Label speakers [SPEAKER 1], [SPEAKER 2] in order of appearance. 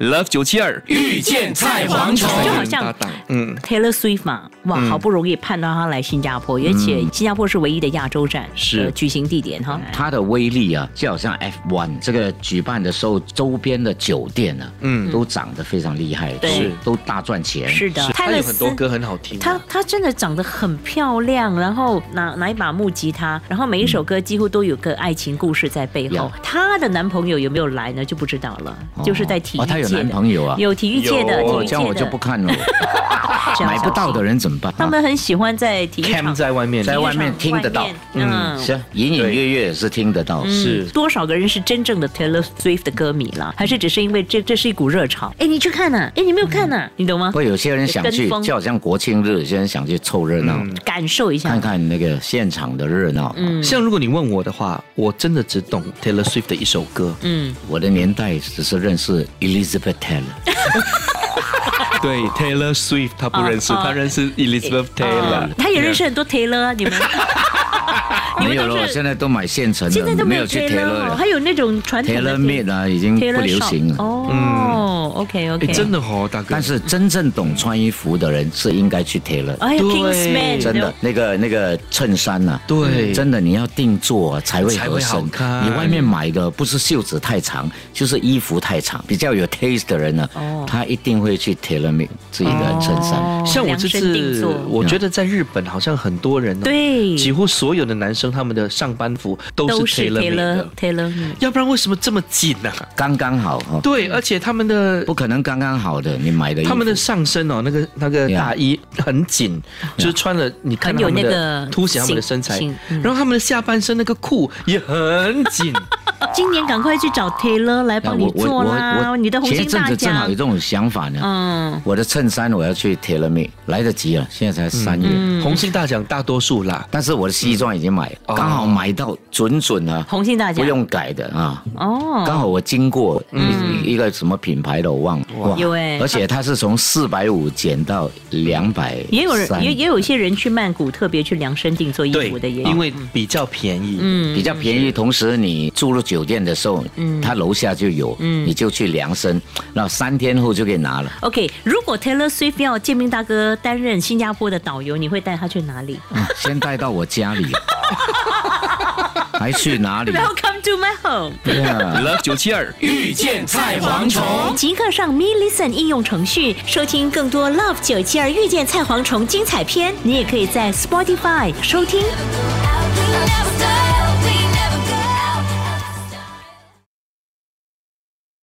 [SPEAKER 1] Love 九七二
[SPEAKER 2] 遇见菜蝗虫
[SPEAKER 3] 就好像
[SPEAKER 1] 搭档，
[SPEAKER 3] 嗯，Taylor Swift 嘛，哇，
[SPEAKER 4] 嗯
[SPEAKER 3] 好不容易盼到他来新加坡，而且新加坡是唯一的亚洲站
[SPEAKER 4] 是嗯
[SPEAKER 3] 呃举行地点哈。
[SPEAKER 4] 它的威力啊，就好像 F1 这个举办的时候，周边的酒店啊，嗯，都涨得非常厉害，都
[SPEAKER 3] 对
[SPEAKER 4] 都大赚钱。
[SPEAKER 3] 是的，啊泰
[SPEAKER 1] 他
[SPEAKER 3] 勒
[SPEAKER 1] 有
[SPEAKER 3] 斯
[SPEAKER 1] 很多歌很好听啊。
[SPEAKER 3] 她她真的长得很漂亮，然后拿拿一把木吉他，然后每一首歌几乎都有个爱情故事在背后
[SPEAKER 4] 呀。
[SPEAKER 3] 她的男朋友有没有来呢？就不知道了，就是在体育
[SPEAKER 4] 哦，她有
[SPEAKER 3] 界
[SPEAKER 4] 男
[SPEAKER 3] 的，
[SPEAKER 4] 朋友啊，
[SPEAKER 3] 有体育界的，
[SPEAKER 1] 有
[SPEAKER 3] 体
[SPEAKER 4] 哦，
[SPEAKER 3] 育
[SPEAKER 4] 这样
[SPEAKER 3] 界
[SPEAKER 4] 我就
[SPEAKER 3] 的
[SPEAKER 4] 不，看了，
[SPEAKER 3] 这样
[SPEAKER 4] 买不到的人怎么办？
[SPEAKER 3] 他们很喜欢在体育
[SPEAKER 1] Cam
[SPEAKER 3] 场
[SPEAKER 1] 在外面，
[SPEAKER 4] 在外面听得到
[SPEAKER 3] 外面嗯
[SPEAKER 4] 啊是啊，隐隐约约也是听得到，
[SPEAKER 1] 是
[SPEAKER 3] 多少个人是真正的 Taylor Swift 的歌迷啦？还是只是因为这这是一股热潮？哎，你去看呐、哎，你没有看呐、你懂吗？
[SPEAKER 4] 会有些人想
[SPEAKER 3] 跟
[SPEAKER 4] 去，
[SPEAKER 3] 风
[SPEAKER 4] 就好像国庆日，有些人想去凑热闹，
[SPEAKER 3] 感受一下，
[SPEAKER 4] 看看那个现场的热闹。嗯，
[SPEAKER 1] 像如果你问我的话，我真的只懂 Taylor Swift 的一首歌。
[SPEAKER 3] 嗯，
[SPEAKER 4] 我的年代只是认识 Elizabeth Taylor，
[SPEAKER 1] 对，Taylor Swift 他不认识，
[SPEAKER 3] 哦哦
[SPEAKER 1] 他认识 Elizabeth
[SPEAKER 3] 啊
[SPEAKER 1] Taylor。
[SPEAKER 3] 他也认识很多 Taylor 啊， 你们你
[SPEAKER 4] 没
[SPEAKER 3] 们
[SPEAKER 4] 有
[SPEAKER 3] 都
[SPEAKER 4] 了，我
[SPEAKER 3] 是
[SPEAKER 4] 现在都买现成
[SPEAKER 3] 现在
[SPEAKER 4] 的，
[SPEAKER 3] 都
[SPEAKER 4] 没
[SPEAKER 3] 没
[SPEAKER 4] 有
[SPEAKER 3] 有
[SPEAKER 4] 去
[SPEAKER 3] Taylor，哦
[SPEAKER 4] Taylor
[SPEAKER 3] 还有那种传统
[SPEAKER 4] Taylor
[SPEAKER 3] 的
[SPEAKER 4] Made 啊，已经
[SPEAKER 3] Taylor
[SPEAKER 4] 不流
[SPEAKER 3] Shop
[SPEAKER 4] 行嗯了。
[SPEAKER 3] 哦，OK
[SPEAKER 1] 哎，
[SPEAKER 3] OK，
[SPEAKER 1] 真的哦，大哥。
[SPEAKER 4] 但是真正懂穿衣服的人是应该去 Taylor。
[SPEAKER 3] 哎呀
[SPEAKER 1] 对
[SPEAKER 3] ，Kingsman
[SPEAKER 4] 真的，那个那个衬衫呐、啊，
[SPEAKER 1] 对
[SPEAKER 4] 真的你要定做、啊、才会合
[SPEAKER 1] 才会好
[SPEAKER 4] 身。
[SPEAKER 1] 看
[SPEAKER 4] 你外面买的不是袖子太长，就是衣服太长。比较有 taste 的人呢，啊
[SPEAKER 3] 哦
[SPEAKER 4] 他一定会去 tailor made 自己的衬衫。
[SPEAKER 3] 哦
[SPEAKER 1] 像我这
[SPEAKER 3] 量身定
[SPEAKER 1] 次
[SPEAKER 3] 做，
[SPEAKER 1] 我觉得在日本好像很多人、哦，
[SPEAKER 3] 对
[SPEAKER 1] 几乎所有的男生他们的上班服都
[SPEAKER 3] 都
[SPEAKER 1] 是
[SPEAKER 3] 是
[SPEAKER 1] Taylor made 的
[SPEAKER 3] Taylor，Taylor，嗯
[SPEAKER 1] 要不然为什么这么紧呢、
[SPEAKER 4] 刚刚好哈、哦，
[SPEAKER 1] 对，而且他们的
[SPEAKER 4] 不可能刚刚好的。你买的衣服
[SPEAKER 1] 他们的上身哦，那个那个
[SPEAKER 4] Yeah
[SPEAKER 1] 大衣很紧，就是穿了你看
[SPEAKER 3] 很
[SPEAKER 1] 到
[SPEAKER 3] 有
[SPEAKER 1] 他们
[SPEAKER 3] 那
[SPEAKER 1] 的
[SPEAKER 3] 个
[SPEAKER 1] 凸显他们的身
[SPEAKER 3] 性
[SPEAKER 1] 材
[SPEAKER 3] 性，嗯
[SPEAKER 1] 然后他们的下半身那个裤也很紧。
[SPEAKER 3] 哦今年赶快去找 Taylor 来帮哦你做啦，你的红
[SPEAKER 4] 前一
[SPEAKER 3] 星
[SPEAKER 4] 阵
[SPEAKER 3] 大
[SPEAKER 4] 子正好
[SPEAKER 3] 奖
[SPEAKER 4] 有这，种想法呢。
[SPEAKER 3] 嗯，
[SPEAKER 4] 我的衬衫我要去 tailor made，来得及了，现在才三月。
[SPEAKER 3] 嗯
[SPEAKER 1] 红星大奖大多数啦，
[SPEAKER 4] 但是我的西装已经买了，
[SPEAKER 1] 哦
[SPEAKER 4] 刚好买到准准啊，
[SPEAKER 3] 红星大
[SPEAKER 4] 不
[SPEAKER 3] 奖，
[SPEAKER 4] 用改的啊。
[SPEAKER 3] 哦，
[SPEAKER 4] 刚好我经过一一个什么品牌的，我忘了。哇
[SPEAKER 3] 有欸
[SPEAKER 4] 而且它是从四百五减到两百，
[SPEAKER 3] 也有人也也有一些人去曼谷特别去量身定做衣
[SPEAKER 1] 对
[SPEAKER 3] 服的，也有，嗯
[SPEAKER 1] 因为比较便宜。
[SPEAKER 4] 比较便宜。同时你住入酒店的时候，
[SPEAKER 3] 嗯
[SPEAKER 4] 它楼下就有，你就去量身，那三天后就可以拿了。
[SPEAKER 3] OK，如果 Taylor Swift 要建明大哥担任新加坡的导游，你会带他去哪里
[SPEAKER 1] 嗯
[SPEAKER 4] 啊先带到我 家里，还去哪里？
[SPEAKER 3] ？Welcome to my home。
[SPEAKER 4] 对啊
[SPEAKER 1] Love 九七二
[SPEAKER 2] 遇见菜蝗虫。
[SPEAKER 3] 即刻上 Me Listen 应用程序收听更多 Love 九七二遇见菜蝗虫精彩片。你也可以在 Spotify 收听。
[SPEAKER 5] I'll be never done.